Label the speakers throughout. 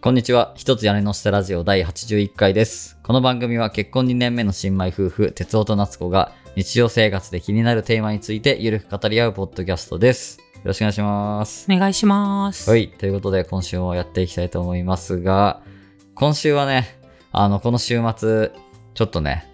Speaker 1: こんにちは。一つ屋根の下ラジオ第81回です。この番組は結婚2年目の新米夫婦、哲夫と夏子が日常生活で気になるテーマについてゆるく語り合うポッドキャストです。よろしくお願いします。
Speaker 2: お願いします。
Speaker 1: はい。ということで、今週もやっていきたいと思いますが、今週はね、あの、この週末、ちょっとね、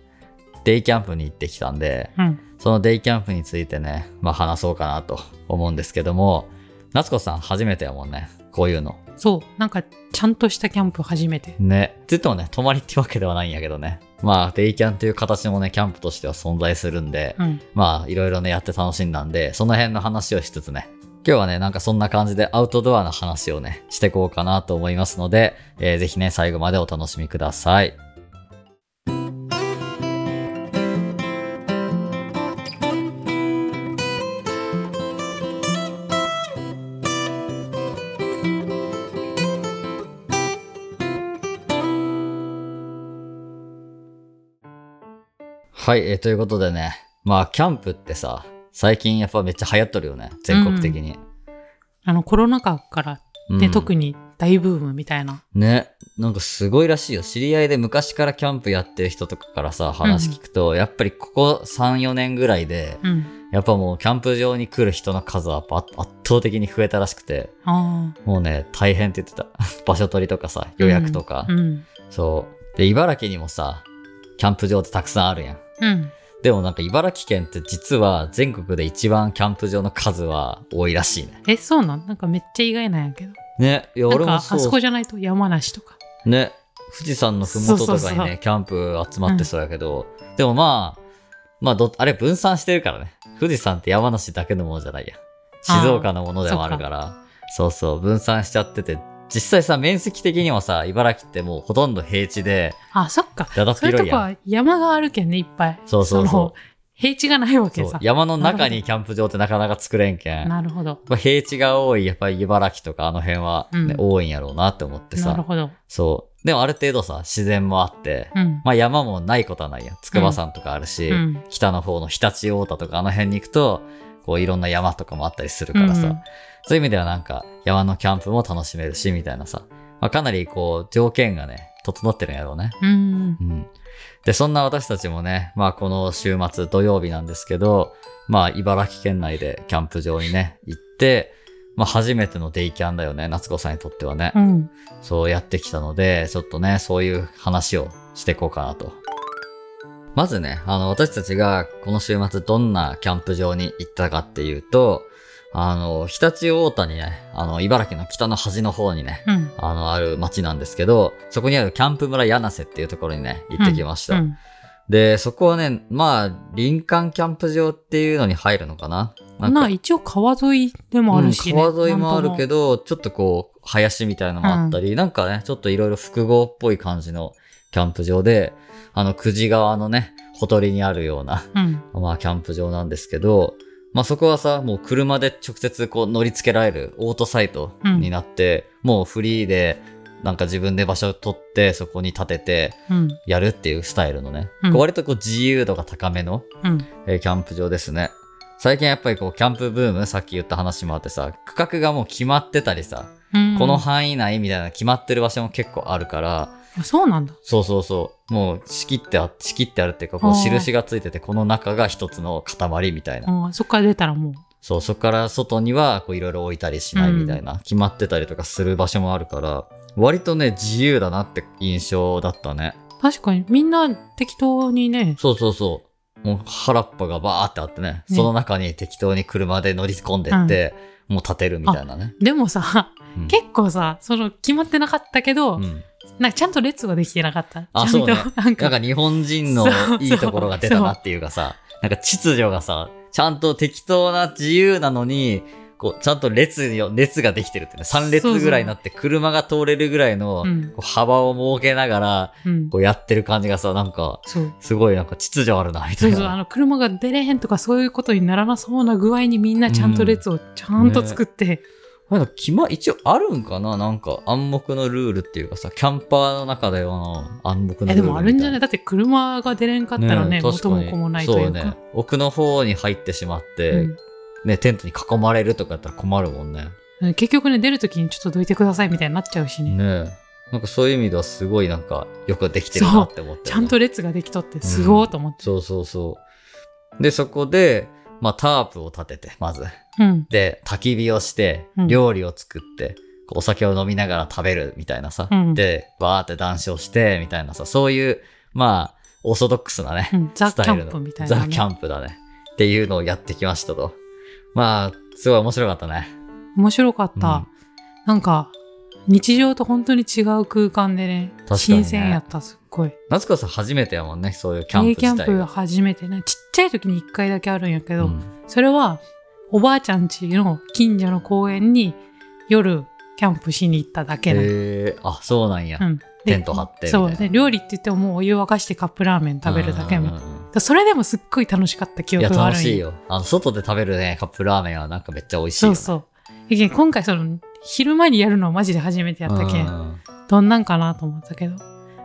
Speaker 1: デイキャンプに行ってきたんで、
Speaker 2: うん。
Speaker 1: そのデイキャンプについてね、まあ話そうかなと思うんですけども、夏子さん初めてやもんね。こういうの。
Speaker 2: そう。なんか、ちゃんとしたキャンプ初めて。
Speaker 1: ね。ずっともね、泊まりってわけではないんやけどね。まあ、デイキャンという形もね、キャンプとしては存在するんで、
Speaker 2: うん。
Speaker 1: まあ、いろいろね、やって楽しんだんで、その辺の話をしつつね、今日はね、なんかそんな感じでアウトドアの話をね、してこうかなと思いますので、えーぜひね、最後までお楽しみください。はい、えーということでね、まあ、キャンプってさ、最近やっぱめっちゃ流行っとるよね、全国的に。
Speaker 2: あの、コロナ禍から、
Speaker 1: うん
Speaker 2: で、特に大ブームみたいな。
Speaker 1: ね、なんかすごいらしいよ。知り合いで昔からキャンプやってる人とかからさ、話聞くと、やっぱりここ3、4年ぐらいで、
Speaker 2: うん。
Speaker 1: やっぱもうキャンプ場に来る人の数はやっぱ圧圧倒的に増えたらしくて、
Speaker 2: あ
Speaker 1: もうね、大変って言ってた。 場所取りとかさ、予約とか
Speaker 2: あ。う。ん。
Speaker 1: そう。で、茨城にもさ、キャンプ場ってたくさんあるやん。
Speaker 2: うん。
Speaker 1: でもなんか茨城県って実は全国で一番キャンプ場の数は多いらしいね。
Speaker 2: え、そうなんなんかめっちゃ意外なんやけど。
Speaker 1: ね、いや
Speaker 2: な
Speaker 1: 俺
Speaker 2: んか、
Speaker 1: も
Speaker 2: あ
Speaker 1: そ
Speaker 2: そうこじゃないと山梨とか。
Speaker 1: ね富士山の麓とかにね
Speaker 2: そうそうそう
Speaker 1: キャンプ集まってそうやけど、でもまあまあどあれ分散してるからね富士山って山梨だけのものじゃないや静岡のものでもあるからそうそう分散しちゃってて実際さ面積的にもさ茨城ってもうほとんど平地で
Speaker 2: あ、そっか。
Speaker 1: だだっ
Speaker 2: そういう
Speaker 1: 広
Speaker 2: と
Speaker 1: い
Speaker 2: こ
Speaker 1: やん
Speaker 2: は山があるけんね、いっぱい。
Speaker 1: そうそうそう
Speaker 2: の平地がないわけ
Speaker 1: そう
Speaker 2: さ。
Speaker 1: 山の中
Speaker 2: なるほ
Speaker 1: に
Speaker 2: ど
Speaker 1: キャンプ場ってなかなか作れんけん
Speaker 2: なるほど。
Speaker 1: まあ平地が多いやっぱり茨城とかあの辺はね、
Speaker 2: うん
Speaker 1: 多いんやろうなって思って
Speaker 2: なる
Speaker 1: さ
Speaker 2: ほど。
Speaker 1: そうでもある程度さ自然もあって、
Speaker 2: うん。
Speaker 1: まあ山もないことはないやん。筑波山とかあるし、
Speaker 2: うん。
Speaker 1: 北の方の常陸太田とかあの辺に行くと、こういろんな山とかもあったりするからさ、
Speaker 2: うん
Speaker 1: そういう意味ではなんか山のキャンプも楽しめるし、みたいなさ、まあ、かなりこう条件がね、整ってるんやろうね。
Speaker 2: うん。
Speaker 1: うん。で、そんな私たちもね、まあこの週末土曜日なんですけど、まあ茨城県内でキャンプ場にね、行って、まあ初めてのデイキャンだよね、夏子さんにとってはね。
Speaker 2: うん。
Speaker 1: そうやってきたので、ちょっとね、そういう話をしていこうかなと。まずね、あの、私たちがこの週末どんなキャンプ場に行ったかっていうと、あの、常陸大田にね、あの、茨城の北の端の方にね、
Speaker 2: うん。
Speaker 1: あの、ある町なんですけど、そこにあるキャンプ村柳瀬っていうところにね、行ってきました。
Speaker 2: うん。
Speaker 1: で、そこはね、まあ、林間キャンプ場っていうのに入るのかな
Speaker 2: まあ一応川沿いでもあるし、ね
Speaker 1: うん川沿いもあるけ
Speaker 2: ど。
Speaker 1: ど、ちょっとこう、林みたいのもあったり、なんかね、ちょっといろいろ複合っぽい感じのキャンプ場で、あの、久慈川のね、ほとりにあるような、
Speaker 2: うん。
Speaker 1: まあ、キャンプ場なんですけど、まあ、そこはさ、もう車で直接こう乗り付けられるオートサイトになって、もうフリーで、なんか自分で場所を取って、そこに立てて
Speaker 2: うん。
Speaker 1: やるっていうスタイルのね、
Speaker 2: うん
Speaker 1: こう割とこう自由度が高めの
Speaker 2: うん。
Speaker 1: えーキャンプ場ですね。最近やっぱりこう、キャンプブーム、さっき言った話もあってさ、区画がもう決まってたりさ、
Speaker 2: うん
Speaker 1: この範囲内みたいな決まってる場所も結構あるから、
Speaker 2: あそうなんだ。
Speaker 1: そうそうそう、もう仕切ってあ、仕切ってあるっていうか、こう
Speaker 2: あー
Speaker 1: 印がついてて、この中が一つの塊みたいな。
Speaker 2: あそっから出たらもう。
Speaker 1: そう、そこから外にはこういろいろ置いたりしないみたいな、決まってたりとかする場所もあるから、割とね、自由だなって印象だったね。
Speaker 2: 確かにみんな適当にね。
Speaker 1: そうそうそう。もう原っぱがバーってあってね、
Speaker 2: ね
Speaker 1: その中に適当に車で乗り込んでって、もう立てるみたいなね。
Speaker 2: でもさ、
Speaker 1: うん
Speaker 2: 結構さ、その決まってなかったけど、
Speaker 1: うん
Speaker 2: なんかちゃんと列ができてなかった。
Speaker 1: あ
Speaker 2: ちゃんと
Speaker 1: そう
Speaker 2: なん
Speaker 1: なん
Speaker 2: か
Speaker 1: か日本人のいいところが出たなっていうかさ、なんか秩序がさ、ちゃんと適当な自由なのに、こう、ちゃんと列よ、列ができてるってね、3列ぐらいになって車が通れるぐらいの
Speaker 2: うん
Speaker 1: こう幅を設けながら、
Speaker 2: うん
Speaker 1: こうやってる感じがさ、なんか、
Speaker 2: そう。
Speaker 1: すごいなんか秩序あるな、みた
Speaker 2: そ
Speaker 1: いう
Speaker 2: そうあ
Speaker 1: な。
Speaker 2: の車が出れへんとかそういうことにならなそうな具合にみんなちゃんと列をちゃんと作って、
Speaker 1: なんか決ま、一応あるんかななんか暗黙のルールっていうかさ、キャンパーの中では暗黙のルール
Speaker 2: え
Speaker 1: みたいな。
Speaker 2: でもあるんじゃないだって車が出れんかったらね
Speaker 1: え
Speaker 2: 元も子もないというか
Speaker 1: そうね。奥の方に入ってしまって、ね、テントに囲まれるとかやったら困るもんね。
Speaker 2: うん結局ね出るときにちょっとどいてくださいみたいになっちゃうしね
Speaker 1: ねえなんかそういう意味ではすごいなんかよくできてるなって思ってる
Speaker 2: ちゃんと列ができとって、すごーと思って。
Speaker 1: そうそうそう。で、そこで、まあタープを立てて、まず。
Speaker 2: うん。
Speaker 1: で、焚き火をして
Speaker 2: う、ん
Speaker 1: 料理を作って、こうお酒を飲みながら食べるみたいなさ。
Speaker 2: うん
Speaker 1: で、バーって談笑して、みたいなさ。そういう、まあ、オーソドックスなね
Speaker 2: う、ん、ザ・
Speaker 1: ス
Speaker 2: キ
Speaker 1: タ
Speaker 2: ャ
Speaker 1: イル
Speaker 2: ン
Speaker 1: の
Speaker 2: プみたいな、
Speaker 1: ザ・
Speaker 2: ね。
Speaker 1: キャンプだね。っていうのをやってきましたと。まあ、すごい面白かったね。
Speaker 2: 面白かった。なんか、日常と本当に違う空間でね、
Speaker 1: かにね
Speaker 2: 新鮮やった、すっごい。
Speaker 1: 夏子さん初めてやもんね、そういうキャンプ
Speaker 2: A
Speaker 1: 自
Speaker 2: キャ
Speaker 1: 体
Speaker 2: ン
Speaker 1: が。
Speaker 2: プ初めてね、ちっちゃい時に一回だけあるんやけど、
Speaker 1: うん
Speaker 2: それは、おばあちゃん家の近所の公園に夜、キャンプしに行っただけだ。
Speaker 1: へえあ、そうなんや。
Speaker 2: うん、で
Speaker 1: テント張ってみたい
Speaker 2: そ
Speaker 1: な
Speaker 2: うで料理って言ってももうお湯沸かしてカップラーメン食べるだけみたいな
Speaker 1: うんうんうん
Speaker 2: それでもすっごい楽しかった記
Speaker 1: いや、
Speaker 2: 憶があ
Speaker 1: 楽
Speaker 2: るん
Speaker 1: しいよ。あの、外で食べるね、カップラーメンはなんかめっちゃ美味しい
Speaker 2: そ
Speaker 1: よ、ね。
Speaker 2: うそう。いけん今回その昼間にやるのはマジで初めてやったけん、
Speaker 1: うん
Speaker 2: どんなんかなと思ったけど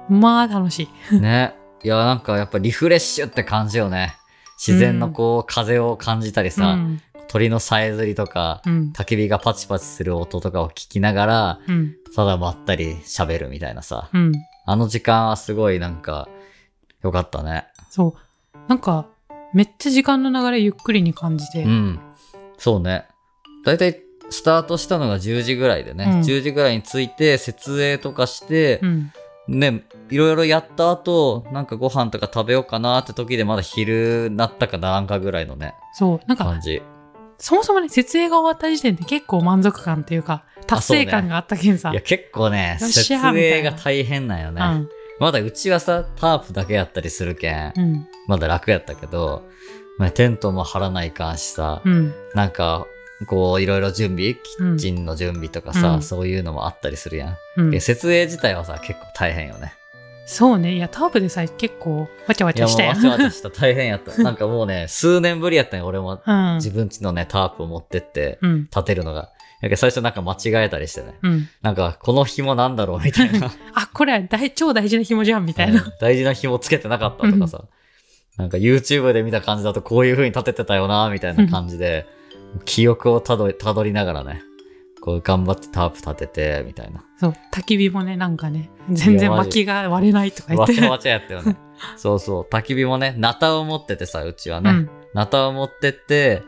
Speaker 2: まあ楽しい
Speaker 1: ね。いや、なんかやっぱリフレッシュって感じよね。自然のこう、風を感じたり
Speaker 2: う
Speaker 1: さ、
Speaker 2: ん
Speaker 1: 鳥のさえずりとか、
Speaker 2: うん
Speaker 1: 焚き火がパチパチする音とかを聞きながら、
Speaker 2: うん
Speaker 1: ただまったり喋るみたいなさ。
Speaker 2: うん
Speaker 1: あの時間はすごいなんか、よかったね。
Speaker 2: そうなんかめっちゃ時間の流れゆっくりに感じて、
Speaker 1: うん。そうね。だいたいスタートしたのが10時ぐらいでね。
Speaker 2: うん
Speaker 1: 10時ぐらいに着いて、設営とかして、
Speaker 2: うん
Speaker 1: ね、いろいろやった後、なんかご飯とか食べようかなって時でまだ昼なったかなんかぐらいのね、
Speaker 2: そうなんか
Speaker 1: 感じ。
Speaker 2: そもそもね設営が終わった時点で結構満足感というか達成感があったけんさ
Speaker 1: いや、結構ね、
Speaker 2: よっ
Speaker 1: 設
Speaker 2: しゃー
Speaker 1: 営
Speaker 2: みた
Speaker 1: が
Speaker 2: いな
Speaker 1: 大変なんよね。
Speaker 2: うん
Speaker 1: まだうちはさ、タープだけやったりするけん、
Speaker 2: うん
Speaker 1: まだ楽やったけど、まあ、テントも張らないかんしさ、
Speaker 2: うん
Speaker 1: なんか、こう、いろいろ準備、キッチンの準備とかさ、
Speaker 2: うん
Speaker 1: そういうのもあったりするやん。
Speaker 2: うん
Speaker 1: いや設営自体はさ、結構大変よね。
Speaker 2: そうねいやタープでさえ結構わちゃわ
Speaker 1: い
Speaker 2: ち
Speaker 1: や、
Speaker 2: ゃ
Speaker 1: も
Speaker 2: し
Speaker 1: う、
Speaker 2: たや
Speaker 1: わ
Speaker 2: ん
Speaker 1: ちゃわちゃした。大変やった。 なんかもうね、数年ぶりやったんよ、俺も。
Speaker 2: うん
Speaker 1: 自分家のね、タープを持ってって、
Speaker 2: うん
Speaker 1: 立てるのが。なんか最初なんか間違えたりしてね。
Speaker 2: うん
Speaker 1: なんか、この紐なんだろうみたいな。
Speaker 2: あこれは大超大事な紐じゃんみたいな、
Speaker 1: 大事な紐つけてなかったとかさ。なんか YouTube で見た感じだとこういう風に立ててたよな、みたいな感じで、記憶をたどり、たどりながらね、こう頑張ってタープ立てて、みたいな。
Speaker 2: そう焚き火もねなんかね
Speaker 1: い
Speaker 2: 全
Speaker 1: や
Speaker 2: 然
Speaker 1: マジ
Speaker 2: 薪が割れないとか言っ
Speaker 1: わ
Speaker 2: て
Speaker 1: ち ゃわちゃやったよね。そうそう。焚き火もね、ナタを持っててさ、うちはね。
Speaker 2: うん
Speaker 1: ナタを持ってって、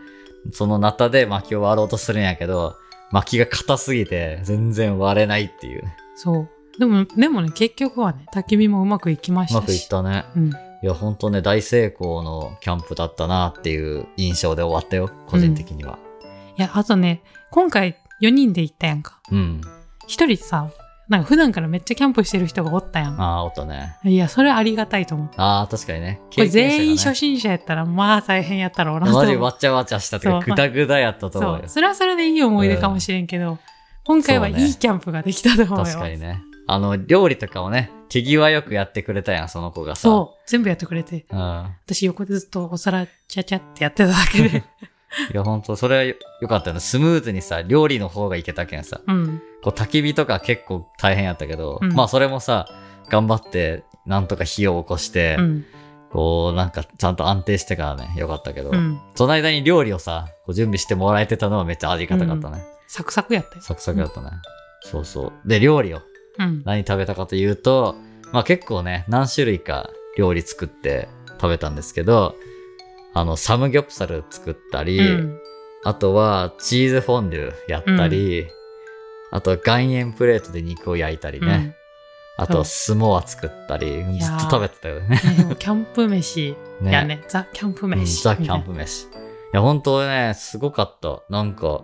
Speaker 1: そのナタで薪を割ろうとするんやけど、薪が硬すぎて全然割れないっていうね。
Speaker 2: そうでもでもね結局はね焚き火もうまくいきまし
Speaker 1: うま
Speaker 2: た
Speaker 1: くいっ
Speaker 2: した
Speaker 1: ね。
Speaker 2: うん
Speaker 1: いや、ほんとね、大成功のキャンプだったなっていう印象で終わったよ、個人的には。
Speaker 2: いやあとね今回4人で行ったやんか
Speaker 1: うん。
Speaker 2: 1人さなんか普段からめっちゃキャンプしてる人がおったやん
Speaker 1: ああ、おったね。
Speaker 2: いやそれありがたいと思って
Speaker 1: ああ、確かにね。
Speaker 2: これ全員初
Speaker 1: 心
Speaker 2: 心者やったらまあ大変やったろうなと思
Speaker 1: マ
Speaker 2: う
Speaker 1: ジわちゃわちゃしたと
Speaker 2: そ
Speaker 1: か、
Speaker 2: う
Speaker 1: ぐだぐだやったと
Speaker 2: そ
Speaker 1: 思う
Speaker 2: う
Speaker 1: よ。
Speaker 2: それはそれでいい思い出かもしれんけど、今回は
Speaker 1: そうね
Speaker 2: いいキャンプができたと思うよ、
Speaker 1: 確かにね。あの、料理とかをね、手際よくやってくれたやん、その子がさ。
Speaker 2: そう全部やってくれて
Speaker 1: うん。 い
Speaker 2: 私横でずっとお皿ちゃちゃってやってただけで
Speaker 1: や、ほんと、それはよよかったよね。スムーズにさ、料理の方がいけたけんさ。
Speaker 2: うん
Speaker 1: こう、焚き火とか結構大変やったけど、
Speaker 2: うん
Speaker 1: まあ、それもさ、頑張って、なんとか火を起こして、
Speaker 2: うん
Speaker 1: こう、なんか、ちゃんと安定してからね、よかったけど、
Speaker 2: うん
Speaker 1: その間に料理をさ、こう準備してもらえてたのはめっちゃありがたかったね。
Speaker 2: サクサクやったよ
Speaker 1: サクサクだったね。そうそう。で、料理を
Speaker 2: うん
Speaker 1: 何食べたかというと、まあ結構ね、何種類か料理作って食べたんですけど、あの、サムギョプサル作ったり、
Speaker 2: うん
Speaker 1: あとはチーズフォンデュやったり、あと岩塩プレートで肉を焼いたり
Speaker 2: う
Speaker 1: ね
Speaker 2: ん、
Speaker 1: あとスモア作ったり、
Speaker 2: い
Speaker 1: ず
Speaker 2: や
Speaker 1: っと
Speaker 2: ー
Speaker 1: 食べてたよね。
Speaker 2: ねでもキャンプ飯
Speaker 1: ね
Speaker 2: やねザ・キャンプ
Speaker 1: うん
Speaker 2: 飯
Speaker 1: ザ・キャンプ飯。いや、本当ね、すごかった。なんか、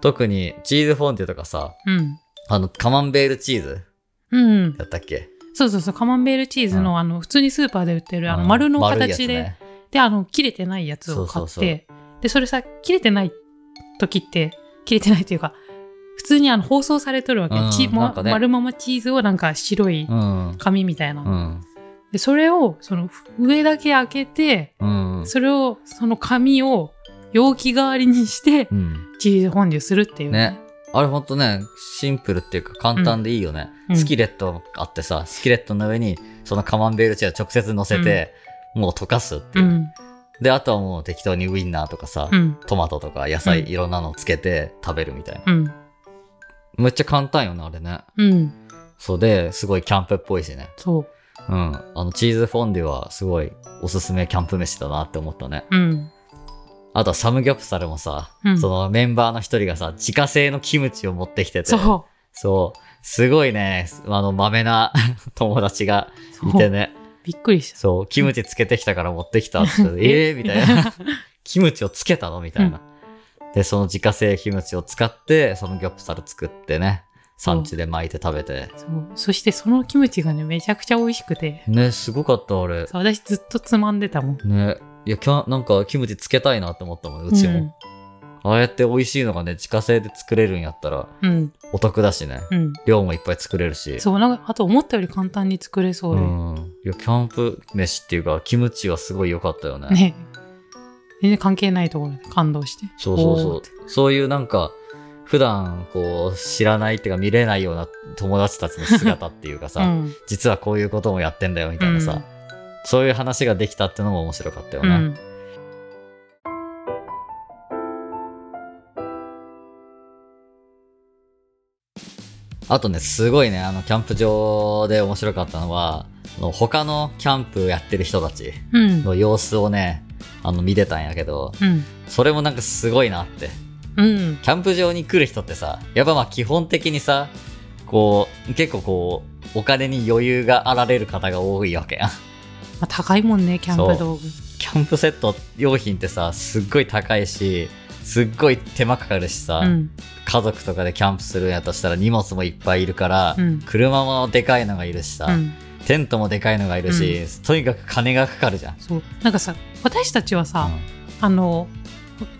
Speaker 1: 特にチーズフォンデュとかさ、
Speaker 2: うん
Speaker 1: あの、カマンベールチーズ
Speaker 2: うん、
Speaker 1: だったっけ
Speaker 2: そうそうそうカマンベールチーズの,、あの普通にスーパーで売ってるあの
Speaker 1: うん
Speaker 2: 丸の
Speaker 1: 丸いやつ
Speaker 2: 形で、
Speaker 1: ね
Speaker 2: であの切れてないやつを買って
Speaker 1: そうそう
Speaker 2: でそれさ切れてない時って切れてないというか普通にあの包装されとるわけ、
Speaker 1: うん
Speaker 2: チー
Speaker 1: なんかね
Speaker 2: 丸ままチーズをなんか白い
Speaker 1: うん。
Speaker 2: 紙みたいな、
Speaker 1: うん。
Speaker 2: でそれをその上だけ開けて
Speaker 1: うん。
Speaker 2: それをその紙を容器代わりにして
Speaker 1: うん。
Speaker 2: チーズフォンデュするっていう
Speaker 1: ね。あれほんとね、シンプルっていうか簡単でいいよね。
Speaker 2: うん
Speaker 1: スキレットあってさ、スキレットの上にそのカマンベールチーズを直接乗せて、もう溶かすって
Speaker 2: う
Speaker 1: いう、
Speaker 2: ん
Speaker 1: で、あとはもう適当にウインナーとかさ、
Speaker 2: うん
Speaker 1: トマトとか野
Speaker 2: うん
Speaker 1: 菜いろんなのつけて食べるみたいな。
Speaker 2: うん
Speaker 1: めっちゃ簡単よね、あれね。
Speaker 2: うん
Speaker 1: そうで、すごいキャンプっぽいしね。
Speaker 2: そ
Speaker 1: う
Speaker 2: う。
Speaker 1: ん。あの、チーズフォンデュはすごいおすすめキャンプ飯だなって思ったね。
Speaker 2: うん。
Speaker 1: あとはサムギョプサルもさ、
Speaker 2: うん
Speaker 1: そのメンバーの一人がさ、自家製のキムチを持ってきてて。
Speaker 2: そ
Speaker 1: そう。すごいね、あの、豆な 友達が
Speaker 2: う。
Speaker 1: いてね。
Speaker 2: そうびっくりした。
Speaker 1: そう、キムチつけてきたから持ってきたって言ってええみたいな。 キムチをつけたのみたいな。で、その自家製キムチを使って、そのギョプサル作ってね、産地で巻いて食べて。
Speaker 2: そう。そしてそのキムチがね、めちゃくちゃ美味しくて。
Speaker 1: ね、すごかった、あれ。
Speaker 2: そう私ずっとつまんでたもん。
Speaker 1: ね。いや、キャンなんかキムチつけたいなって思ったもん、うちも。ああやって美味しいのがね、自家製で作れるんやったら、
Speaker 2: うん。うん。
Speaker 1: お得だしね。
Speaker 2: うん。
Speaker 1: 量もいっぱい作れるし。
Speaker 2: そう、なんか、あと思ったより簡単に作れそう
Speaker 1: う
Speaker 2: で。
Speaker 1: ん。いや、キャンプ飯っていうか、キムチはすごい良かったよね。
Speaker 2: ね。全然関係ないところで感動して。
Speaker 1: そうそうそ
Speaker 2: おーっ
Speaker 1: う
Speaker 2: て。
Speaker 1: そういうなんか、普段こう、知らないっていうか見れないような友達たちの姿っていうかさ、
Speaker 2: うん。
Speaker 1: 実はこういうこともやってんだよみたいなさ、
Speaker 2: うん
Speaker 1: そういう話ができたってのも面白かったよ
Speaker 2: う
Speaker 1: ね。
Speaker 2: ん。
Speaker 1: あとね、すごいね、あの、キャンプ場で面白かったのは、あの他のキャンプやってる人たち
Speaker 2: うん。
Speaker 1: の様子をね、あの、見てたんやけど、
Speaker 2: うん。
Speaker 1: それもなんかすごいなって。
Speaker 2: うん。
Speaker 1: キャンプ場に来る人ってさ、やっぱまあ基本的にさ、こう、結構こう、お金に余裕があられる方が多いわけやん。
Speaker 2: まあ、高いもんね、キャンプ道具。
Speaker 1: キャンプセット用品ってさ、すっごい高いし、すっごい手間かかるしさ、
Speaker 2: うん。
Speaker 1: 家族とかでキャンプするんやとしたら荷物もいっぱいいるから、
Speaker 2: うん
Speaker 1: 車もでかいのがいるしさ、
Speaker 2: うん。
Speaker 1: テントもでかいのがいるし、とにかく金がかかるじゃん。
Speaker 2: そう。なんかさ、私たちはさ、
Speaker 1: うん
Speaker 2: あの、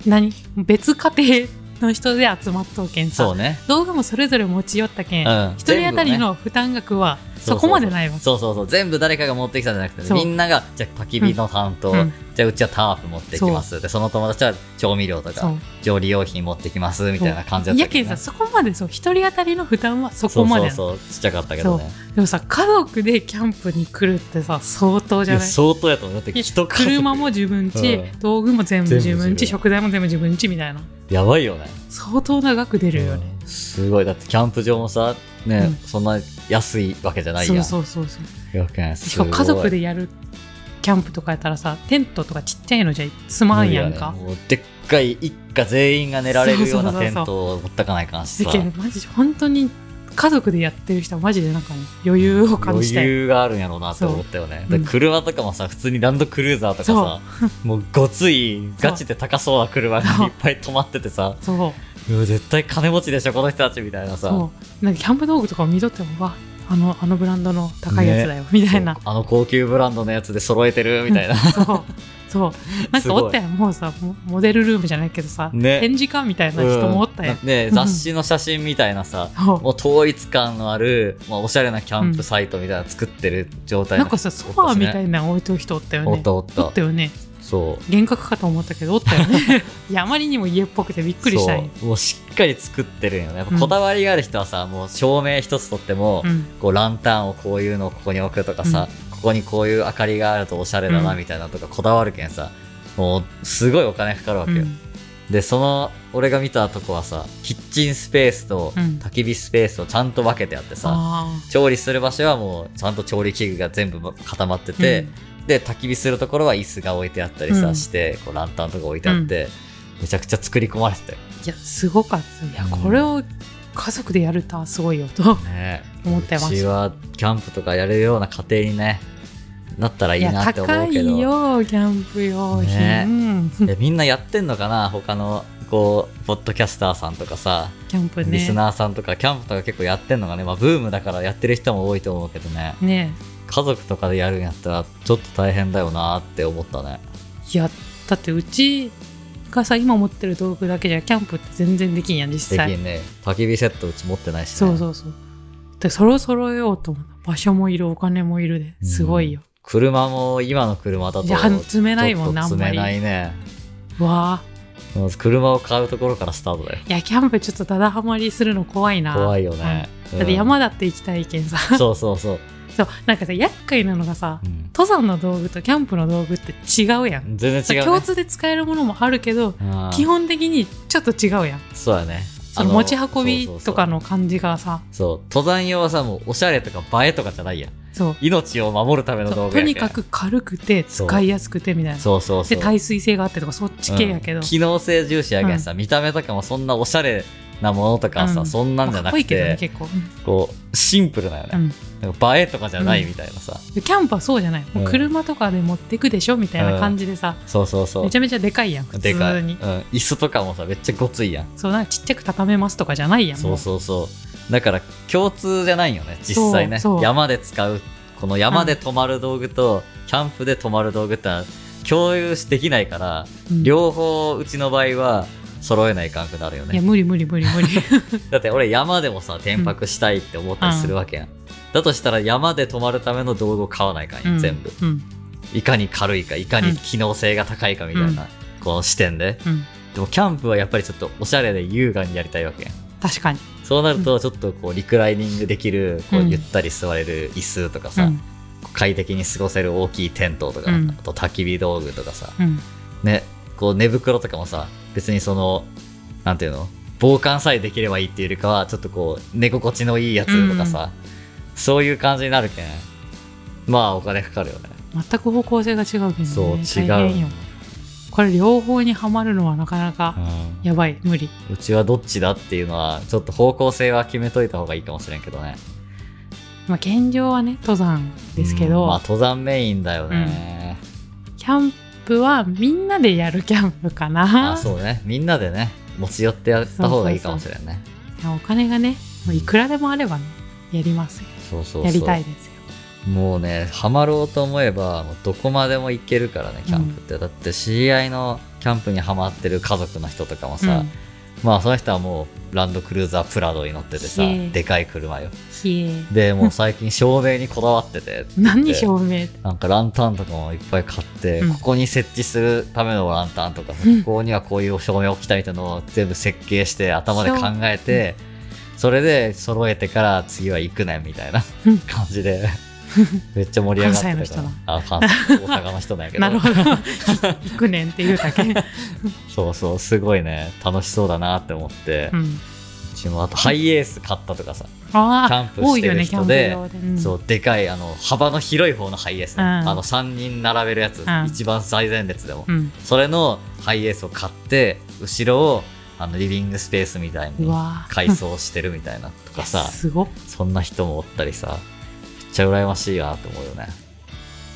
Speaker 2: 何別家庭の人で集まっとうけん
Speaker 1: そ
Speaker 2: さ
Speaker 1: う、ね。
Speaker 2: 道具もそれぞれ持ち寄ったけん、一、
Speaker 1: うん
Speaker 2: 人当たりの負担額はそこまでないわけ。
Speaker 1: そうそうそう全部誰かが持ってきたんじゃなくて
Speaker 2: そう
Speaker 1: みんながじゃあ焚き火の担当、
Speaker 2: うん
Speaker 1: じゃあうちはタープ持ってきますでその友達は調味料と
Speaker 2: そ
Speaker 1: か
Speaker 2: う
Speaker 1: 調理用品持ってきますみたいな感じだ
Speaker 2: い
Speaker 1: った
Speaker 2: やけん
Speaker 1: どね
Speaker 2: さ、そこまでそう、一人当たりの負担はそこまでなの
Speaker 1: そうそうそうちっちゃかったけどね
Speaker 2: でもさ、家族でキャンプに来るってさ、相当じゃ
Speaker 1: いや
Speaker 2: ない
Speaker 1: 相当やと思うだって人家族
Speaker 2: 車も自分ち、
Speaker 1: うん
Speaker 2: 道具も全部
Speaker 1: 全部
Speaker 2: 自分
Speaker 1: 自
Speaker 2: ち、
Speaker 1: 分
Speaker 2: 食材も全部自分ちみたいな。
Speaker 1: やばいよね
Speaker 2: 相当な額出るよね。
Speaker 1: うんすごいだってキャンプ場もさね、
Speaker 2: うん
Speaker 1: そんな安いわけじゃないや
Speaker 2: そ
Speaker 1: ん
Speaker 2: うそうそうそう。
Speaker 1: よくない
Speaker 2: しかも家族
Speaker 1: い
Speaker 2: でやるキャンプとかやったらさテントとかちっちゃいのじゃつまんやんか
Speaker 1: 無理やねもうでっかい一家全員が寝られるような
Speaker 2: そうそう
Speaker 1: テ
Speaker 2: そう
Speaker 1: ン
Speaker 2: そう
Speaker 1: トを持ったかないかんし
Speaker 2: 世
Speaker 1: さ
Speaker 2: 間マジ本当に家族でやってる人はマジでなんかね余裕を感じた
Speaker 1: 余
Speaker 2: よ
Speaker 1: 裕があるんやろうなって思ったよね、
Speaker 2: そう
Speaker 1: で車とかもさ普通にランドクルーザーとかさ もうごついガチで高そうな車
Speaker 2: そ
Speaker 1: が
Speaker 2: う
Speaker 1: いっぱい止まっててさ
Speaker 2: そう
Speaker 1: うわ絶対金持ちでしょこの人たちみたいなさ
Speaker 2: そうなんかキャンプ道具とかを見とってもわあのあのブランドの高いやつだよ、みたいな
Speaker 1: そうあの高級ブランドのやつで揃えてるみたいな、
Speaker 2: そうそうなん
Speaker 1: す
Speaker 2: か
Speaker 1: ごい
Speaker 2: おったやんもうさモモデルルームじゃないけどさ、
Speaker 1: ね
Speaker 2: 展示館みたいな人もおったやん、
Speaker 1: うんね
Speaker 2: ん
Speaker 1: 雑誌の写真みたいなさ、
Speaker 2: そう
Speaker 1: もう統一感のある、まあ、おしゃれなキャンプサイトみたいなの作ってる状態
Speaker 2: なん
Speaker 1: の
Speaker 2: かさソファーみたいなの置いとる人おったよね
Speaker 1: おったおった
Speaker 2: おったよね
Speaker 1: そう
Speaker 2: 幻覚かと思ったけどおった よねいやあまりにも家っぽくてびっくりしたんよ
Speaker 1: そうもうしっかり作ってるんよねやっぱこだわりがある人はさ、もう照明一つとっても、
Speaker 2: うん
Speaker 1: こうランタンをこういうのをここに置くとかさ、ここにこういう明かりがあるとおしゃれだな
Speaker 2: うん
Speaker 1: みたいなのとかこだわるけんさ、もうすごいお金かかるわけよ、
Speaker 2: うん
Speaker 1: でその俺が見たとこはさキッチンスペースと
Speaker 2: うん
Speaker 1: 焚き火スペースをちゃんと分けてあってさ、
Speaker 2: あ
Speaker 1: 調理する場所はもうちゃんと調理器具が全部固まって
Speaker 2: ー
Speaker 1: て、
Speaker 2: うん
Speaker 1: で焚き火するところは椅子が置いてあったりさ、
Speaker 2: うん
Speaker 1: してこうランタンとか置いてあって、めちゃくちゃ作り込まれてたよ
Speaker 2: いやすごかったいや
Speaker 1: うん
Speaker 2: これを家族でやるとはすごいよと
Speaker 1: ね
Speaker 2: 思ってます
Speaker 1: うちはキャンプとかやれるような家庭にねなったらいいなって思
Speaker 2: 高
Speaker 1: うけ
Speaker 2: い
Speaker 1: ど
Speaker 2: よキャンプ用品、
Speaker 1: ね
Speaker 2: うん
Speaker 1: えみんなやってんのかな他のこうポッドキャスターさんとかさ、
Speaker 2: キャンプ
Speaker 1: リス
Speaker 2: ね
Speaker 1: ナーさんとかキャンプとか結構やってんのがね、まあ、ブームだからやってる人も多いと思うけどね
Speaker 2: ね
Speaker 1: 家族とかでやるんやったらちょっと大変だよなって思ったね
Speaker 2: いやだってうちがさ今持ってる道具だけじゃキャンプって全然できんやん実
Speaker 1: 最
Speaker 2: 際、
Speaker 1: 近ね焚き火セットうち持ってないし、ね、
Speaker 2: そうそうそうでそれを揃えようと思った場所もいるお金もいるで
Speaker 1: うん
Speaker 2: すごいよ、
Speaker 1: 車も今の車だと
Speaker 2: いや詰めないもん
Speaker 1: ちょっと
Speaker 2: なあんま
Speaker 1: 詰め
Speaker 2: り
Speaker 1: ないね
Speaker 2: わあ
Speaker 1: まず車を買うところからスタートだよ
Speaker 2: いやキャンプちょっとダダハマりするの怖いな
Speaker 1: 怖いよね、
Speaker 2: うんだって山だって行きたいけんさ、
Speaker 1: うんそうそうそう、
Speaker 2: そうなんかさ厄介なのがさ
Speaker 1: うん
Speaker 2: 登山の道具とキャンプの道具って違うやん、
Speaker 1: 全然違う、ね、
Speaker 2: 共通で使えるものもあるけど
Speaker 1: うん
Speaker 2: 基本的にちょっと違うやん
Speaker 1: そうやね
Speaker 2: その持ち運び
Speaker 1: そうそうそう
Speaker 2: とかの感じがさ
Speaker 1: そう、登山用はさ、もうおしゃれとか映えとかじゃないやん。
Speaker 2: そう
Speaker 1: 命を守るための道具や
Speaker 2: と
Speaker 1: けん
Speaker 2: にか。く軽くて使いやすくてみたいな
Speaker 1: そうそうそう。
Speaker 2: で耐水性があってとかそっち系やけど、
Speaker 1: うん機能性重視やけんさ、見た目とかもそんなおしゃれなものとかさ、
Speaker 2: うん
Speaker 1: そんなんじゃ
Speaker 2: か
Speaker 1: な
Speaker 2: っこい
Speaker 1: く
Speaker 2: いけどね
Speaker 1: て、
Speaker 2: 結構、
Speaker 1: こう、シンプルだよ
Speaker 2: う
Speaker 1: ね。
Speaker 2: ん
Speaker 1: なんか映えとかじゃないみたいなさ。
Speaker 2: でキャンプはそうじゃないもう
Speaker 1: うん
Speaker 2: 車とかで持ってくでしょみたいな感じでさ、
Speaker 1: そうそうそう。
Speaker 2: めちゃめちゃでかいやん普
Speaker 1: で
Speaker 2: 通
Speaker 1: かい。うん
Speaker 2: に。
Speaker 1: 椅子とかもさ、めっちゃごついやん。
Speaker 2: そうなんかちっちゃく畳めますとかじゃないやん
Speaker 1: そうそうそう。だから共通じゃないよね、実際ね。
Speaker 2: そうそう
Speaker 1: 山で使う、この山で泊まる道具と、キャンプで泊まる道具ってのは共有できないから、
Speaker 2: もううん
Speaker 1: 両方うちの場合は揃えない感覚になるよ
Speaker 2: いや
Speaker 1: ね。
Speaker 2: 無理無理無 理無理
Speaker 1: だって俺山でもさ、転泊したいって思ったりするわけやん。だとしたら山で泊まるための道具を買わないかんよ、
Speaker 2: うん
Speaker 1: 全部。
Speaker 2: うん
Speaker 1: いかに軽いか、いか
Speaker 2: う
Speaker 1: に
Speaker 2: ん
Speaker 1: 機能性が高いかみたいな、この視点で。
Speaker 2: うん
Speaker 1: でもキャンプはやっぱりちょっとおしゃれで優雅にやりたいわけやん。
Speaker 2: 確かに
Speaker 1: そうなるとちょっとこうリクライニングできるこ
Speaker 2: う
Speaker 1: うんゆったり座れる椅子とかさ、
Speaker 2: うん
Speaker 1: 快適に過ごせる大きいテントとか、
Speaker 2: うん
Speaker 1: あと焚き火道具とかさ、
Speaker 2: うん
Speaker 1: ねこう寝袋とかもさ別にそのなんていうの防寒さえできればいいっていうよりかはちょっとこう寝心地のいいやつとかさ、そういう感じになるけんまあお金かかるよね
Speaker 2: 全く方向性が違うけどね
Speaker 1: そう違う
Speaker 2: 大変よこれ両方にはまるのはなかなか
Speaker 1: う
Speaker 2: やばい無理
Speaker 1: んうちはどっちだっていうのはちょっと方向性は決めといた方がいいかもしれんけどね
Speaker 2: まあ現状はね登山ですけど、
Speaker 1: うんまあ登山メインだよね、
Speaker 2: キャンプはみんなでやるキャンプかな
Speaker 1: あそうねみんなでね持ち寄ってやった方がいいかもしれんね
Speaker 2: いやお金がねもういくらでもあればねやりますよ
Speaker 1: そうそうそう
Speaker 2: やりたいですよ
Speaker 1: もうねハマろうと思えばもうどこまでも行けるからねキャンプって、だって知り合いのキャンプにハマってる家族の人とかもさ、
Speaker 2: うん
Speaker 1: まあその人はもうランドクルーザープラドに乗っててさ
Speaker 2: へえ
Speaker 1: でかい車よ
Speaker 2: ひえ
Speaker 1: でもう最近照明にこだわってて
Speaker 2: 何照明って
Speaker 1: なんかランタンとかもいっぱい買って、
Speaker 2: うん
Speaker 1: ここに設置するためのランタンとか、
Speaker 2: うん
Speaker 1: ここにはこういう照明を置きたいというのを全部設計して頭で考えて、それで揃えてから次は行くねみたいな
Speaker 2: うん
Speaker 1: 感じで、 めっちゃ盛り上がってたから
Speaker 2: 関西の人な
Speaker 1: あ関西大阪の人なんやけど
Speaker 2: なるほど行くねんっていう だけ、う、
Speaker 1: そうそうすごいね楽しそうだなって思って、うんちもあとハイエース買ったとかさ、キャン
Speaker 2: ああ
Speaker 1: プ
Speaker 2: 多
Speaker 1: し
Speaker 2: い
Speaker 1: て
Speaker 2: よ
Speaker 1: る
Speaker 2: ねキャ
Speaker 1: 人
Speaker 2: ン
Speaker 1: で
Speaker 2: プ場で、うん
Speaker 1: そうでかいあの幅の広い方のハイエースね、
Speaker 2: うん
Speaker 1: あの3人並べるやつ、
Speaker 2: ん
Speaker 1: 一番最前列でも。
Speaker 2: うん、
Speaker 1: それのハイエースを買って後ろをあのリビングスペースみたいうに
Speaker 2: わー
Speaker 1: 改装してるみたいなとか
Speaker 2: い
Speaker 1: さ
Speaker 2: やすごっ
Speaker 1: そんな人もおったりさめっちゃ羨ましいなと思うよね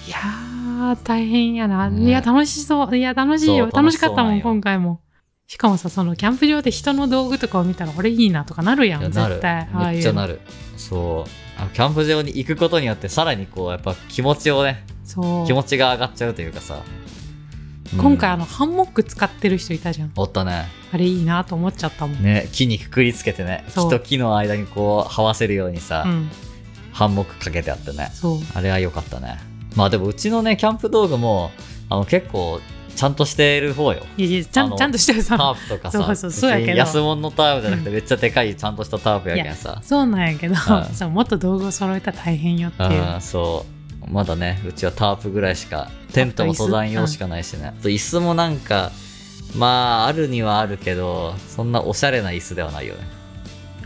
Speaker 2: いやー大変やな、
Speaker 1: ね
Speaker 2: いや楽しそういや楽しいよ
Speaker 1: そう
Speaker 2: 楽しかったも
Speaker 1: 楽しそうなん
Speaker 2: ん
Speaker 1: よ
Speaker 2: 今回もしかもさそのキャンプ場で人の道具とかを見たら俺いいなとかなるや
Speaker 1: い
Speaker 2: ん
Speaker 1: やなる
Speaker 2: 絶対ああ
Speaker 1: め
Speaker 2: い
Speaker 1: っ
Speaker 2: う
Speaker 1: ちゃなるそうあのキャンプ場に行くことによってさらにこうやっぱ気持ちをね
Speaker 2: そう
Speaker 1: 気持ちが上がっちゃうというかさ、うん
Speaker 2: 今回あのハンモック使ってる人いたじゃん
Speaker 1: おったね
Speaker 2: あれいいなと思っちゃったもん、
Speaker 1: ね木にくくりつけてね木
Speaker 2: そう
Speaker 1: と木の間にこう這わせるようにさ、
Speaker 2: うん
Speaker 1: ハンモックかけてあってね
Speaker 2: そう
Speaker 1: あれは良かったね。まあでもうちのね、キャンプ道具も、あの結構ちゃんとしている方よ。
Speaker 2: いやいやちゃ
Speaker 1: あの
Speaker 2: んちゃんとしてる
Speaker 1: タ
Speaker 2: さ
Speaker 1: ープとかさ、
Speaker 2: そうそうそうやけど
Speaker 1: 別に安物のタープじゃなくて
Speaker 2: う
Speaker 1: めっちゃでかいちゃんとしたタープやけんさ。
Speaker 2: そうなんやけど、
Speaker 1: ん
Speaker 2: そうもっと道具を揃えたら大変よっていう、
Speaker 1: うん、そう。まだね、うちはタープぐらいしか、テントも登山用しかないしね。あと椅子もなんか、まああるにはあるけど、そんなおしゃれな椅子ではないよね。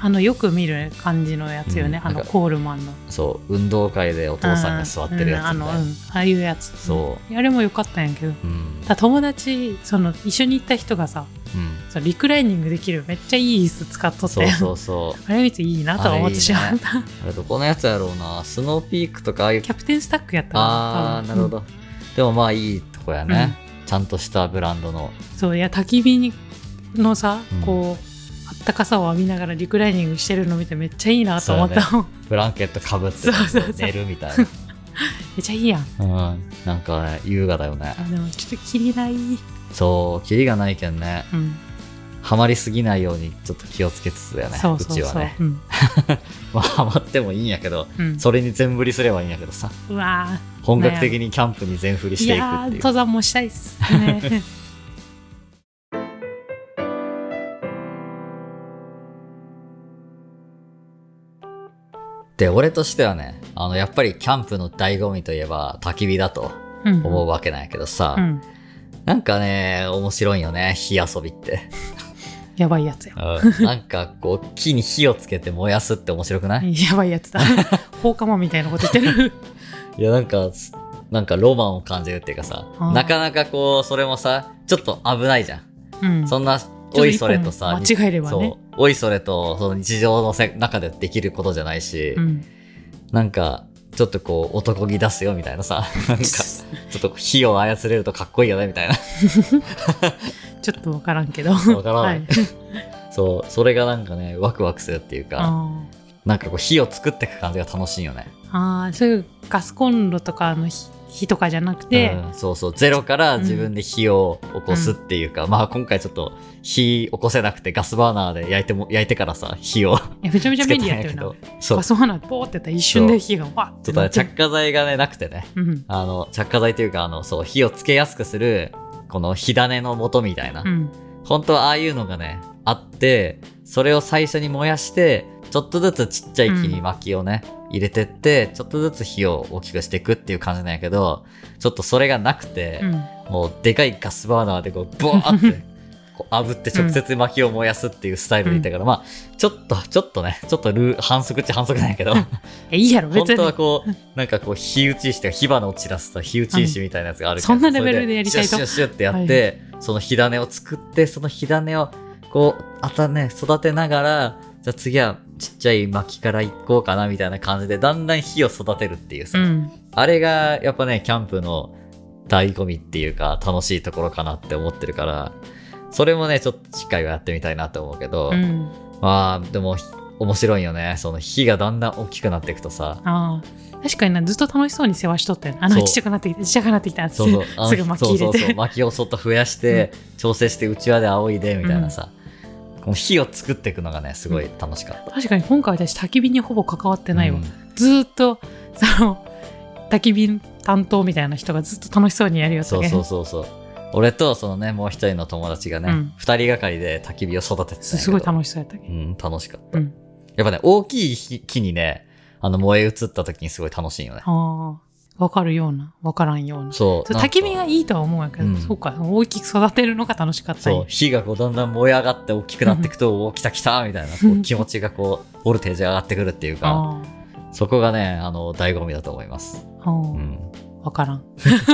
Speaker 2: あのよく見る感じのやつよね、
Speaker 1: うん
Speaker 2: あ
Speaker 1: なん
Speaker 2: の
Speaker 1: か
Speaker 2: コールマンの
Speaker 1: そう、運動会でお父さんが座ってるやつ
Speaker 2: う
Speaker 1: みたい
Speaker 2: んうんあの、う。
Speaker 1: なん
Speaker 2: ああいうやつ
Speaker 1: そ
Speaker 2: いやあれも良かったんやけど
Speaker 1: う。うん。
Speaker 2: ただ友達その一緒に行った人がさ
Speaker 1: うん。
Speaker 2: そのリクライニングできるめっちゃいい椅子使っとった
Speaker 1: そう
Speaker 2: やん
Speaker 1: そうそう。
Speaker 2: あれ見ていいなとは思ってしまった、
Speaker 1: あれどこのやつやろうなスノーピークとかああいう
Speaker 2: キャプテンスタックやったか
Speaker 1: ああーなるほ、
Speaker 2: 多
Speaker 1: ど、でもまあいいとこやね、ちゃんとしたブランドの
Speaker 2: 分うんそういや焚き火にのさ
Speaker 1: うん
Speaker 2: こう、あったかさを浴びながらリクライニングしてるの見てめっちゃいいなと思ったもん、
Speaker 1: ブランケットかぶって
Speaker 2: そうそうそう
Speaker 1: 寝るみたい
Speaker 2: めっちゃいいやん
Speaker 1: な、うん、なんかね優雅だよね
Speaker 2: あでもちょっと切りない、うん、
Speaker 1: そうキリがないけんねハマりすぎないようにちょっと気をつけつつだよね
Speaker 2: そうそう
Speaker 1: ちは
Speaker 2: そう、
Speaker 1: ね、
Speaker 2: うん
Speaker 1: まあ、ハマってもいいんやけど
Speaker 2: うん、
Speaker 1: それに全振りすればいいんやけどさ
Speaker 2: うわ
Speaker 1: 本格的にキャンプに全振り
Speaker 2: ーい
Speaker 1: していく
Speaker 2: やー
Speaker 1: っていう
Speaker 2: 登山もしたいっす ね
Speaker 1: で俺としてはねあのやっぱりキャンプの醍醐味といえば焚き火だと
Speaker 2: うん
Speaker 1: 思うわけなんやけどさ、
Speaker 2: うん
Speaker 1: なんかね、面白いよね、火遊びって。
Speaker 2: やばいやつや。
Speaker 1: うんなんかこう木に火をつけて燃やすって面白くない、
Speaker 2: やばいやつ だ。放火魔みたいなこと言ってる。
Speaker 1: いやなんかすなんかロマンを感じるっていうかさ
Speaker 2: あー
Speaker 1: なかなかこうそれもさちょっと危ないじゃん、
Speaker 2: うん。
Speaker 1: そんな
Speaker 2: ょっと
Speaker 1: おいそれとさ
Speaker 2: 一本間違えればね
Speaker 1: そうおいそれとその日常のせ中でできることじゃないし、
Speaker 2: うん。
Speaker 1: なんかちょっとこう男気出すよみたいなさ なんかちょっと火を操れるとかっこいいよねみたいな
Speaker 2: ちょっとわからんけど。
Speaker 1: わからな
Speaker 2: はいい。
Speaker 1: そうそれがなんかねワクワクするっていうか
Speaker 2: あー
Speaker 1: なんかこう火を作っていく感じが楽しいよね
Speaker 2: あー、そういうガスコンロとかの火火とかじゃなくて、
Speaker 1: うん、そうそうゼロから自分で火を起こすっていうか、まあ今回ちょっと火起こせなくてガスバーナーで焼いても焼いてからさ火を
Speaker 2: いやめちゃめちゃ
Speaker 1: つけ
Speaker 2: 便
Speaker 1: た
Speaker 2: 利
Speaker 1: ん
Speaker 2: やっ
Speaker 1: や
Speaker 2: た
Speaker 1: け
Speaker 2: よな
Speaker 1: ど。そう
Speaker 2: ガ
Speaker 1: ち
Speaker 2: ス花ポーってやったら一瞬で火がわっ
Speaker 1: ょ
Speaker 2: て
Speaker 1: っと
Speaker 2: な
Speaker 1: ね
Speaker 2: って
Speaker 1: 着火剤がねなくてね
Speaker 2: うん
Speaker 1: あの着火剤というかあのそう火をつけやすくするこの火種の元みたいな、
Speaker 2: うん
Speaker 1: 本当はああいうのがねあってそれを最初に燃やしてちょっとずつちっちゃい木に薪をね、入れてってちょっとずつ火を大きくしていくっていう感じなんやけどちょっとそれがなくて、
Speaker 2: うん
Speaker 1: もうでかいガスバーナーでこうボー ってこう炙って直接薪を燃やすっていうスタイルでいたから、まあちょっとちょっとねちょっとルー反則っちゃ反則なんやけど
Speaker 2: えいいやろ
Speaker 1: 本
Speaker 2: 別
Speaker 1: 当は
Speaker 2: に
Speaker 1: こうなんかこう火打ち石とか火花を散らすと火打ち石みたいなやつがあるけど、
Speaker 2: うんそんなレベルでやりたいと
Speaker 1: それでシュッシュッシュッってやって、その火種を作ってその火種をこうあたね育てながらじゃあ次はちっちゃい薪からいこうかなみたいな感じでだんだん火を育てるっていうさ、
Speaker 2: うん
Speaker 1: あれがやっぱね、キャンプの醍醐味っていうか、楽しいところかなって思ってるから、それもね、ちょっと次回はやってみたいなと思うけど、
Speaker 2: うん
Speaker 1: まあ、でも、ひ面白いよね。その火がだんだん大きくなっていくとさ、
Speaker 2: ああ確かになずっと楽しそうに世話しとったよなあの
Speaker 1: そう
Speaker 2: ちっちゃくなってきたちっちゃくなってきたっつっ
Speaker 1: そう
Speaker 2: て
Speaker 1: そう、あの
Speaker 2: すぐ薪入れて
Speaker 1: そうそうそう薪をそっと増やして、調整して、うちわで仰いで、みたいなさ、この火を作っていくのがね、すごい楽しかった。
Speaker 2: 確かに今回私焚き火にほぼ関わってないわ、
Speaker 1: うん
Speaker 2: ずーっとその焚き火担当みたいな人がずっと楽しそうにやるよった
Speaker 1: そう
Speaker 2: け
Speaker 1: そうそうそう。俺と、そのね、もう一人の友達が
Speaker 2: う
Speaker 1: ね
Speaker 2: ん、
Speaker 1: 二、人がかりで焚き火を育ててたんやけど
Speaker 2: すごい楽しそうやったけ
Speaker 1: うん、楽しかった。
Speaker 2: うん
Speaker 1: やっぱね、大きい火木にね、あの、燃え移った時にすごい楽しいよね。
Speaker 2: ああ分かるような分からんような
Speaker 1: そう。
Speaker 2: そう
Speaker 1: なんか
Speaker 2: 焚き火がいいとは思うんやけど、
Speaker 1: うん
Speaker 2: そうか大きく育てるのが楽しかったんや
Speaker 1: そう、火がこうだんだん燃え上がって大きくなっていくと、おー来た来たみたいな、 こう気持ちがこう、ボルテージ上がってくるっていうか、
Speaker 2: あ
Speaker 1: そこがね、あの、醍醐味だと思います。
Speaker 2: あああ
Speaker 1: うん。
Speaker 2: わからん。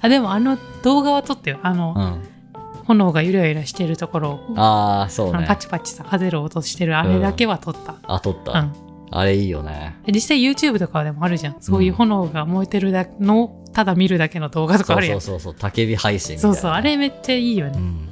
Speaker 2: あでもあの動画は撮ってよあの、
Speaker 1: うん。
Speaker 2: 炎がゆらゆらしてるところを
Speaker 1: ああ、そう
Speaker 2: あの
Speaker 1: ね
Speaker 2: パ。チパチさ風る音してるあれだけは撮った、
Speaker 1: あ、撮った、
Speaker 2: うん
Speaker 1: あれいいよね。
Speaker 2: 実際 YouTube とかでもあるじゃんそういう炎が燃えてるだのをただ見るだけの動画とか
Speaker 1: そ
Speaker 2: あ
Speaker 1: う
Speaker 2: るや
Speaker 1: そ
Speaker 2: ん
Speaker 1: う
Speaker 2: そ
Speaker 1: そう
Speaker 2: う
Speaker 1: そう、焚き火配信みたい
Speaker 2: そ
Speaker 1: な
Speaker 2: う
Speaker 1: ね、
Speaker 2: あれめっちゃいいよ
Speaker 1: う
Speaker 2: ね、
Speaker 1: ん。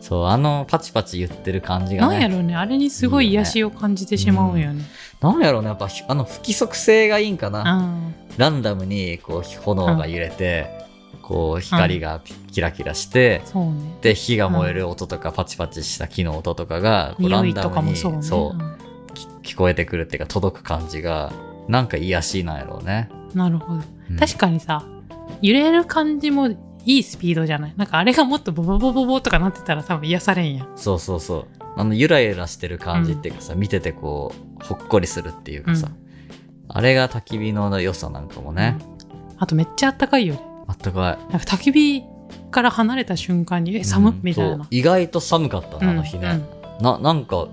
Speaker 1: そう、あの、パチパチ言ってる感じが
Speaker 2: な
Speaker 1: ね。
Speaker 2: んやろうねあれにすごい癒しを感じてしまうんよね
Speaker 1: なんやろうね、やっぱ、あの、不規則性がいいんかな。
Speaker 2: うん
Speaker 1: ランダムにこう炎が揺れて、こう光がピキラキラして、
Speaker 2: そうね
Speaker 1: で火が燃える音とかパチパチした木の音とかがこうラ
Speaker 2: 匂
Speaker 1: ン
Speaker 2: い
Speaker 1: ダ
Speaker 2: とか
Speaker 1: ム
Speaker 2: も
Speaker 1: に
Speaker 2: そうね
Speaker 1: そうき聞こえてくるっていうか届く感じがなんか癒しいなんやろうね。
Speaker 2: うんなるほど
Speaker 1: うん
Speaker 2: 確かにさ揺れる感じもいいスピードじゃないなんかあれがもっとボボボボボとかなってたら多分癒されんやん
Speaker 1: そうそうそうあのゆらゆらしてる感じっていうかさ、見ててこうほっこりするっていうかさ、
Speaker 2: うん
Speaker 1: あれが焚き火の良さなんかもね、
Speaker 2: あとめっちゃあったかいよね
Speaker 1: あったかい。
Speaker 2: なんか焚き火から離れた瞬間にえ寒っ
Speaker 1: うん
Speaker 2: みたい
Speaker 1: そう
Speaker 2: な、
Speaker 1: 意外と寒かった
Speaker 2: うん
Speaker 1: なあの日ね、ななんか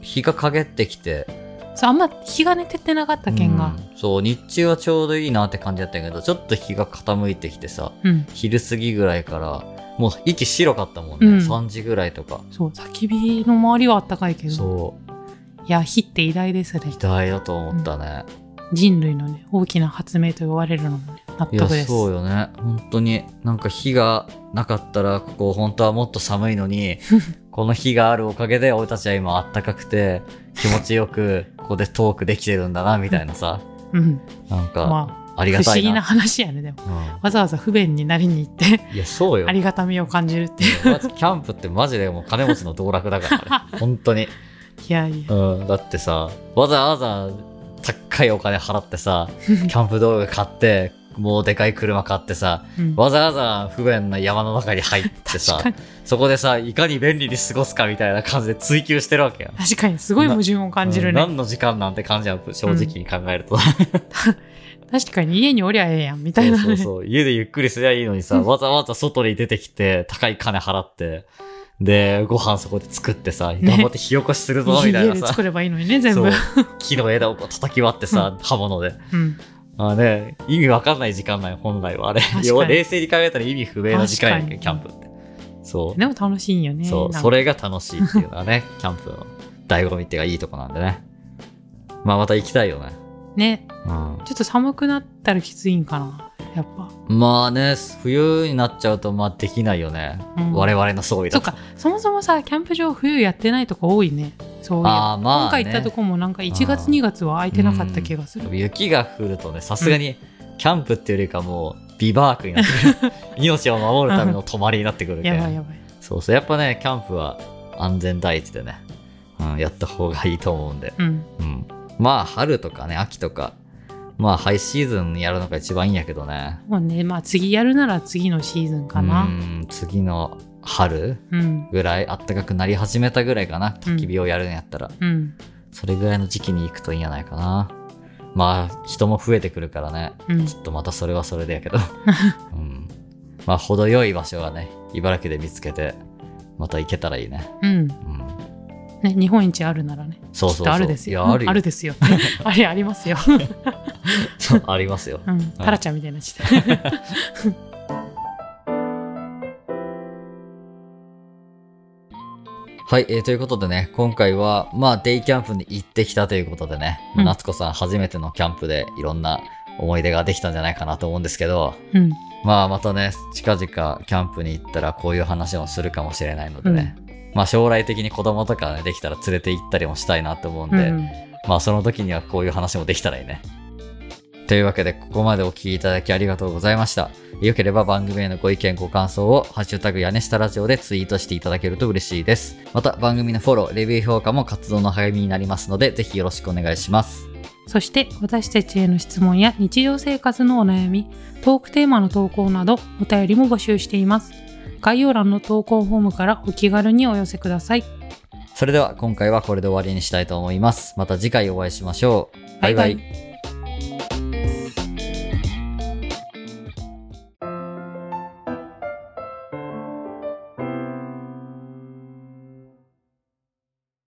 Speaker 1: 日が陰ってきて
Speaker 2: うんそうあんま日がね照ってなかったけんが
Speaker 1: うんそう日中はちょうどいいなって感じだったんやけどちょっと日が傾いてきてさ
Speaker 2: うん、
Speaker 1: 昼過ぎぐらいからもう息白かったもんね、
Speaker 2: うん
Speaker 1: 3時ぐらいとか、
Speaker 2: そう焚き火の周りはあったかいけど
Speaker 1: そう
Speaker 2: いや火って偉大ですね
Speaker 1: 偉大だと思ったね、
Speaker 2: 人類のね大きな発明と呼ばれるのも、ね、納
Speaker 1: い
Speaker 2: 得
Speaker 1: や
Speaker 2: です
Speaker 1: そうよね本当になんか火がなかったらここ本当はもっと寒いの にこの火があるおかげで俺たちは今あったかくて気持ちよくここでトークできてるんだなみたいなさ
Speaker 2: うん
Speaker 1: なんか
Speaker 2: ま
Speaker 1: あり
Speaker 2: あ
Speaker 1: が
Speaker 2: 不思
Speaker 1: たい
Speaker 2: 議
Speaker 1: な
Speaker 2: な話やねでもわざわざ不便になりに行って
Speaker 1: うんいやそうよ
Speaker 2: ありがたみを感じるっていう
Speaker 1: まずキャンプってマジでもう金持ちの道楽だから、 ね、本当に、
Speaker 2: いやいや
Speaker 1: うん、だってさわざわざ高いお金払って さキャンプ道具買ってもうでかい車買ってさ
Speaker 2: うん
Speaker 1: わざわざ不便な山の中に入ってさ
Speaker 2: 確かに
Speaker 1: そこでさいかに便利に過ごすかみたいな感じで追求してるわけよ
Speaker 2: 確かにすごい矛盾を感じる
Speaker 1: うん
Speaker 2: ね、
Speaker 1: 何の時間なんて感じやん正直に考える と、
Speaker 2: 確かに家におりゃええやんみたい
Speaker 1: そう
Speaker 2: なね
Speaker 1: そうそう。家でゆっくりすりゃいいのにさ、
Speaker 2: うん
Speaker 1: わざわざ外に出てきて、高い金払って、で、ご飯そこで作ってさ、頑張って火起こしするぞ、みたい
Speaker 2: 家
Speaker 1: な
Speaker 2: で
Speaker 1: さ。
Speaker 2: 作ればいいのにね、全
Speaker 1: そ
Speaker 2: 部
Speaker 1: う。木の枝をこう叩き割ってさ、刃物で。
Speaker 2: うん。
Speaker 1: まあね、意味わかんない時間ない、本来はあれ
Speaker 2: 確か。 に
Speaker 1: よ冷静に考えたら意味不明な時間やんけ、
Speaker 2: 確
Speaker 1: キ
Speaker 2: か
Speaker 1: ャン
Speaker 2: に
Speaker 1: プって。そう。
Speaker 2: でも楽しいんよね。
Speaker 1: そう、
Speaker 2: なんか
Speaker 1: それが楽しいっていうのは ね、キャンプの醍醐味っていうかいいとこなんでね。まあまた行きたいよね。
Speaker 2: ね、
Speaker 1: うん。
Speaker 2: ちょっと寒くなったらきついんかな、やっぱ。
Speaker 1: まあね、冬になっちゃうと、まあできないよね。
Speaker 2: うん
Speaker 1: 我々の装備
Speaker 2: そ
Speaker 1: だと。
Speaker 2: っか、そもそもさ、キャンプ場冬やってないとこ多いね。そういう。
Speaker 1: ああ、ま
Speaker 2: 今
Speaker 1: あ、ね。
Speaker 2: 回行ったとこもなんか1
Speaker 1: あー
Speaker 2: 月2月は空いてなかった気がする。
Speaker 1: 雪が降るとね、さすがに、キャンプっていうよりかもう、ビバークになってく る。命を守るための泊まりになってくるけ
Speaker 2: や
Speaker 1: ん
Speaker 2: ばいやばい。
Speaker 1: そうそう、やっぱね、キャンプは安全第一でね、うん、やった方がいいと思うんで。
Speaker 2: うん。
Speaker 1: うん。まあ、春とかね、秋とか、まあ、ハイシーズンやるのが一番いいんやけどね。
Speaker 2: もうね、まあ次やるなら次のシーズンかな
Speaker 1: う。ん、次の春
Speaker 2: うん。
Speaker 1: ぐらい、暖かくなり始めたぐらいかな。焚き火をやるんやったら。
Speaker 2: うん。
Speaker 1: それぐらいの時期に行くといいんじゃないかな。まあ、人も増えてくるからね。
Speaker 2: うん。
Speaker 1: ちょっとまたそれはそれでやけ ど。うん。まあ、程よい場所はね、茨城で見つけて、また行けたらいいね。
Speaker 2: うん。
Speaker 1: うん。
Speaker 2: ね、日本一あるならね。
Speaker 1: そうそうそう
Speaker 2: きっとあるですよ。
Speaker 1: いやあるよ
Speaker 2: あるですよ。あれありますよ。
Speaker 1: そう ありますよ。
Speaker 2: うん。タラちゃんみたいになっちゃった。
Speaker 1: はい、えーということでね、今回は、まあ、デイキャンプに行ってきたということでね、
Speaker 2: うん
Speaker 1: 夏子さん初めてのキャンプでいろんな思い出ができたんじゃないかなと思うんですけど、
Speaker 2: うん。
Speaker 1: まあ、またね、近々キャンプに行ったらこういう話もするかもしれないのでね、まあ、将来的に子供とかね、できたら連れて行ったりもしたいなと思うん
Speaker 2: う
Speaker 1: で、
Speaker 2: ん。
Speaker 1: まあ、その時にはこういう話もできたらいいね。というわけで、ここまでお聞きいただきありがとうございました。よければ番組へのご意見、ご感想を、ハッシュタグ屋根下ラジオでツイートしていただけると嬉しいです。また、番組のフォロー、レビュー評価も活動の励みになりますので、ぜひよろしくお願いします。
Speaker 2: そして私たちへの質問や日常生活のお悩み、トークテーマの投稿などお便りも募集しています。概要欄の投稿フォームからお気軽にお寄せください。
Speaker 1: それでは、今回はこれで終わりにしたいと思います。また次回お会いしましょう。バイバイ